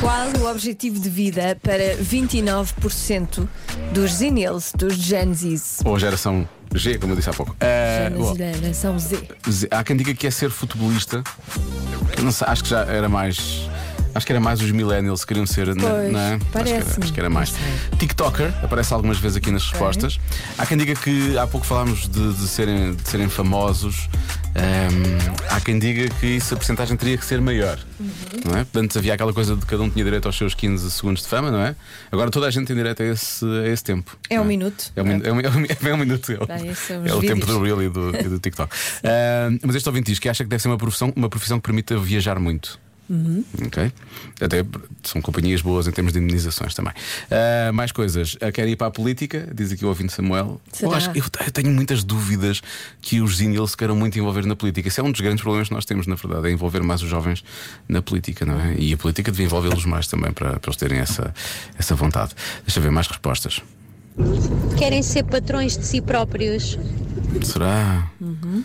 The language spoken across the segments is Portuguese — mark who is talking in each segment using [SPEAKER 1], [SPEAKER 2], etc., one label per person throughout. [SPEAKER 1] Qual o objetivo de vida para 29% dos Zinils, dos Gen Zs?
[SPEAKER 2] Ou geração G, como eu disse há pouco.
[SPEAKER 1] Gen
[SPEAKER 2] Ah, bom,
[SPEAKER 1] Z, geração Z.
[SPEAKER 2] Z- há quem diga que é ser futebolista. Eu não sei, acho que já era mais. Acho que era mais os millennials que queriam ser, né?
[SPEAKER 1] Pois,
[SPEAKER 2] não é? Acho que era- Acho,
[SPEAKER 1] parece-me.
[SPEAKER 2] que era mais.
[SPEAKER 1] Não sei.
[SPEAKER 2] TikToker aparece algumas vezes aqui nas respostas. Há quem diga que há pouco falámos de, de serem, de serem famosos. Ahm, há quem diga que isso a porcentagem teria que ser maior.
[SPEAKER 1] Uhum.
[SPEAKER 2] Não é? Antes havia aquela coisa de que cada um tinha direito aos seus 15 segundos de fama, não é? Agora toda a gente tem direito a esse, a esse tempo.
[SPEAKER 1] É um
[SPEAKER 2] não
[SPEAKER 1] minuto.
[SPEAKER 2] É um, min- é um, é um- é um minuto. É, o-
[SPEAKER 1] Bem, esses são os
[SPEAKER 2] é o tempo
[SPEAKER 1] vídeos.
[SPEAKER 2] do Reel e do, e do TikTok. Ah, mas este ouvinte diz que acha que deve ser uma profissão, uma profissão que permita viajar muito.
[SPEAKER 1] Uhum.
[SPEAKER 2] Ok? Até são companhias boas em termos de indenizações também. Ah, mais coisas. Ah, Quer ir para a política? Diz aqui o ouvinte Samuel.
[SPEAKER 1] Será?
[SPEAKER 2] Eu, acho que- eu te- eu tenho muitas dúvidas que os zinils queiram muito envolver na política. Isso é um dos grandes problemas que nós temos, na verdade, é envolver mais os jovens na política, não é? E a política devia envolvê-los mais também para, para eles terem essa, essa vontade. Deixa eu ver mais respostas.
[SPEAKER 3] Querem ser patrões de si próprios.
[SPEAKER 2] Será?
[SPEAKER 1] Uhum.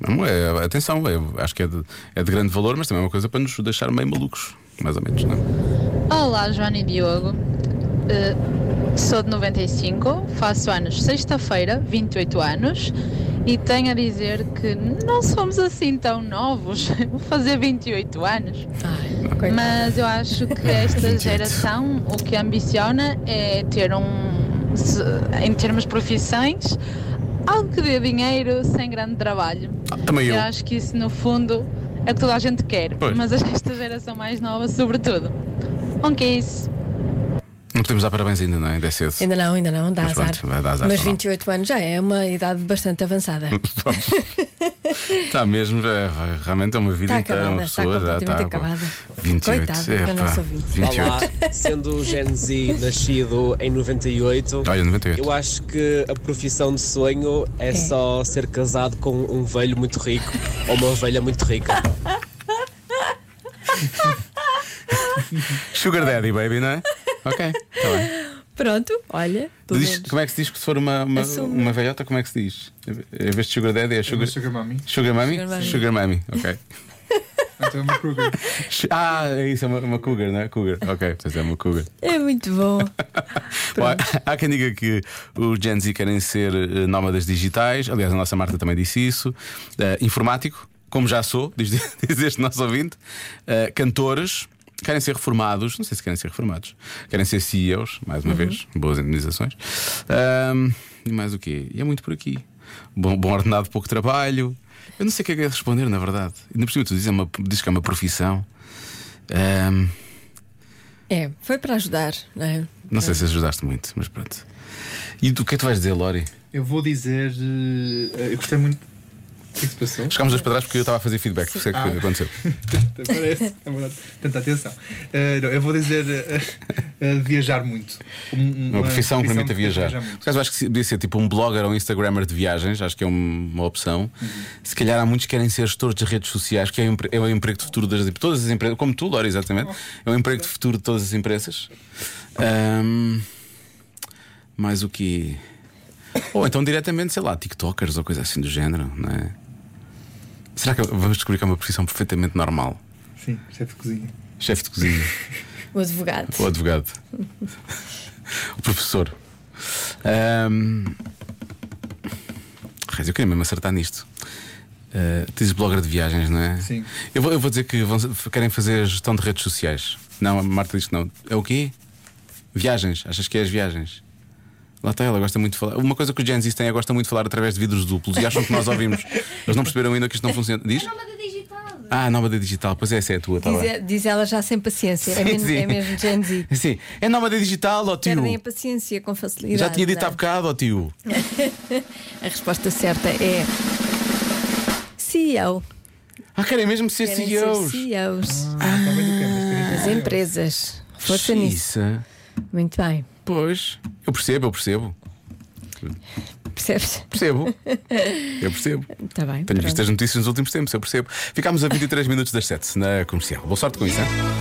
[SPEAKER 2] Não, é, atenção, é- acho que é de, é de grande valor, mas também é uma coisa para nos deixar meio malucos, mais ou menos, não é?
[SPEAKER 4] Olá, Joana e Diogo. Eh, sou de 95, faço anos sexta-feira, 28 anos, e tenho a dizer que não somos assim tão novos, vou fazer 28 anos.
[SPEAKER 1] Ah,
[SPEAKER 4] Mas eu acho que esta geração o que ambiciona é ter um, se- em termos de profissões, algo que dê dinheiro sem grande trabalho.
[SPEAKER 2] Ah, também eu.
[SPEAKER 4] acho que isso, no fundo, é o que toda a gente quer,
[SPEAKER 2] Pois.
[SPEAKER 4] mas esta geração mais nova, sobretudo. Um que é isso.
[SPEAKER 2] Não podemos dar parabéns ainda, não é? Ainda é cedo.
[SPEAKER 1] Ainda não, ainda não, dá
[SPEAKER 2] Mas
[SPEAKER 1] azar.
[SPEAKER 2] pronto, vai dar azar,
[SPEAKER 1] Mas
[SPEAKER 2] só não.
[SPEAKER 1] 28 anos já é uma idade bastante avançada.
[SPEAKER 2] Está mesmo, é, realmente é uma vida
[SPEAKER 1] Está
[SPEAKER 2] inteira, uma
[SPEAKER 1] Tá acabada, está
[SPEAKER 2] pessoa já tá
[SPEAKER 1] completamente
[SPEAKER 2] está.
[SPEAKER 1] acabada.
[SPEAKER 2] 28,
[SPEAKER 1] Coitada
[SPEAKER 2] é,
[SPEAKER 1] da
[SPEAKER 2] pá,
[SPEAKER 1] nossa ouvinte.
[SPEAKER 2] 28.
[SPEAKER 5] Olá, sendo o Gen Z nascido em 98,
[SPEAKER 2] Olha, 98.
[SPEAKER 5] eu acho que a profissão de sonho é, só ser casado com um velho muito rico ou uma ovelha muito rica.
[SPEAKER 2] Sugar Daddy, baby, não é? Ok, está bem.
[SPEAKER 1] Pronto, olha, tudo
[SPEAKER 2] Diz- como é que se diz que se for uma, uma,
[SPEAKER 1] Assume.
[SPEAKER 2] uma velhota, como é que se diz? Em vez de Sugar Daddy é Sugar,
[SPEAKER 6] Sugar Mummy.
[SPEAKER 2] sugar Mummy?
[SPEAKER 1] Sugar mummy.
[SPEAKER 2] Sugar Mummy, ok.
[SPEAKER 6] Então é uma Kruger.
[SPEAKER 2] Ah, é isso, é uma, uma cougar, não é? Cougar, ok, pois é uma cougar.
[SPEAKER 1] É muito bom.
[SPEAKER 2] Bom, há quem diga que os Gen Z querem ser eh, nómadas digitais, aliás, a nossa Marta também disse isso. Eh, informático, como já sou, diz, diz este nosso ouvinte. Eh, cantores, querem ser reformados, não sei se querem ser reformados, querem ser CEOs, mais uma vez, boas indenizações. Ahm, e mais o quê? E é muito por aqui. Bom, bom ordenado, pouco trabalho. Eu não sei o que é que é de responder, na verdade. Ainda por cima, tu dizes, é uma- dizes que é uma profissão. Eh, Ahm,
[SPEAKER 1] É, foi para ajudar, não é?
[SPEAKER 2] não sei se ajudaste muito, mas pronto. E do que é que tu vais dizer, Lori?
[SPEAKER 6] Eu vou dizer. eh, eu gostei muito. O que é que se passou?
[SPEAKER 2] Chegámos dois para trás porque eu estava a fazer feedback, por isso é que
[SPEAKER 6] Ah.
[SPEAKER 2] aconteceu.
[SPEAKER 6] Parece, é verdade. Tanta atenção. Eh, não, eu vou dizer. eh, eh, viajar muito. Um- um-
[SPEAKER 2] Uma profissão que permita
[SPEAKER 6] que
[SPEAKER 2] viajar. Por
[SPEAKER 6] muito.
[SPEAKER 2] acaso acho que se- podia ser tipo um blogger ou um Instagrammer de viagens, acho que é um- uma opção.
[SPEAKER 6] Uhum.
[SPEAKER 2] Se calhar há muitos que querem ser gestores de redes sociais, que é o empre- é o emprego de futuro das de todas as empresas, como tu, Lori, exatamente.
[SPEAKER 6] Oh,
[SPEAKER 2] É o emprego de futuro de todas as empresas. Ahm, mais o que. Ou então diretamente, sei lá, TikTokers ou coisa assim do género, não é? Será que vamos descobrir que é uma profissão perfeitamente normal?
[SPEAKER 6] Sim, chefe de cozinha.
[SPEAKER 2] Chefe de cozinha.
[SPEAKER 1] O advogado.
[SPEAKER 2] O advogado. o professor. Ahm, Reis, eu queria mesmo acertar nisto. Ah, tu dizes blogger de viagens, não é?
[SPEAKER 6] Sim.
[SPEAKER 2] Eu vou, eu vou dizer que vão- querem fazer gestão de redes sociais. Não, a Marta diz que não. É o quê? Viagens. Achas que é as viagens? Lá está ela, gosta muito de falar. Uma coisa que os Gen Z têm é gosta muito de falar através de vidros duplos e acham que nós ouvimos. Eles não perceberam ainda que isto não funciona. Diz? Ah, a nómada digital. Pois é, essa é a tua, tá
[SPEAKER 1] Diz,
[SPEAKER 2] bem.
[SPEAKER 1] diz ela já sem paciência. é,
[SPEAKER 2] Sim,
[SPEAKER 1] mesmo,
[SPEAKER 2] sim.
[SPEAKER 1] é mesmo Gen Z.
[SPEAKER 2] Sim, é nómada digital, ó tio.
[SPEAKER 1] Perdem a paciência com facilidade.
[SPEAKER 2] Já tinha dito
[SPEAKER 1] não é?
[SPEAKER 2] há bocado, ó tio.
[SPEAKER 1] A resposta certa é CEO.
[SPEAKER 2] Ah, querem mesmo ser
[SPEAKER 1] Querem
[SPEAKER 2] CEOs.
[SPEAKER 1] ser CEOs
[SPEAKER 6] Ah, também do que
[SPEAKER 1] das empresas. Força nisso.
[SPEAKER 2] Xiça.
[SPEAKER 1] Muito bem.
[SPEAKER 2] Pois. Eu percebo, eu percebo.
[SPEAKER 1] Percebes?
[SPEAKER 2] Percebo. eu percebo.
[SPEAKER 1] Está bem.
[SPEAKER 2] Tenho
[SPEAKER 1] pronto.
[SPEAKER 2] visto as notícias nos últimos tempos, eu percebo. Ficámos a 23 minutos das 7 na comercial. Boa sorte com isso, hein?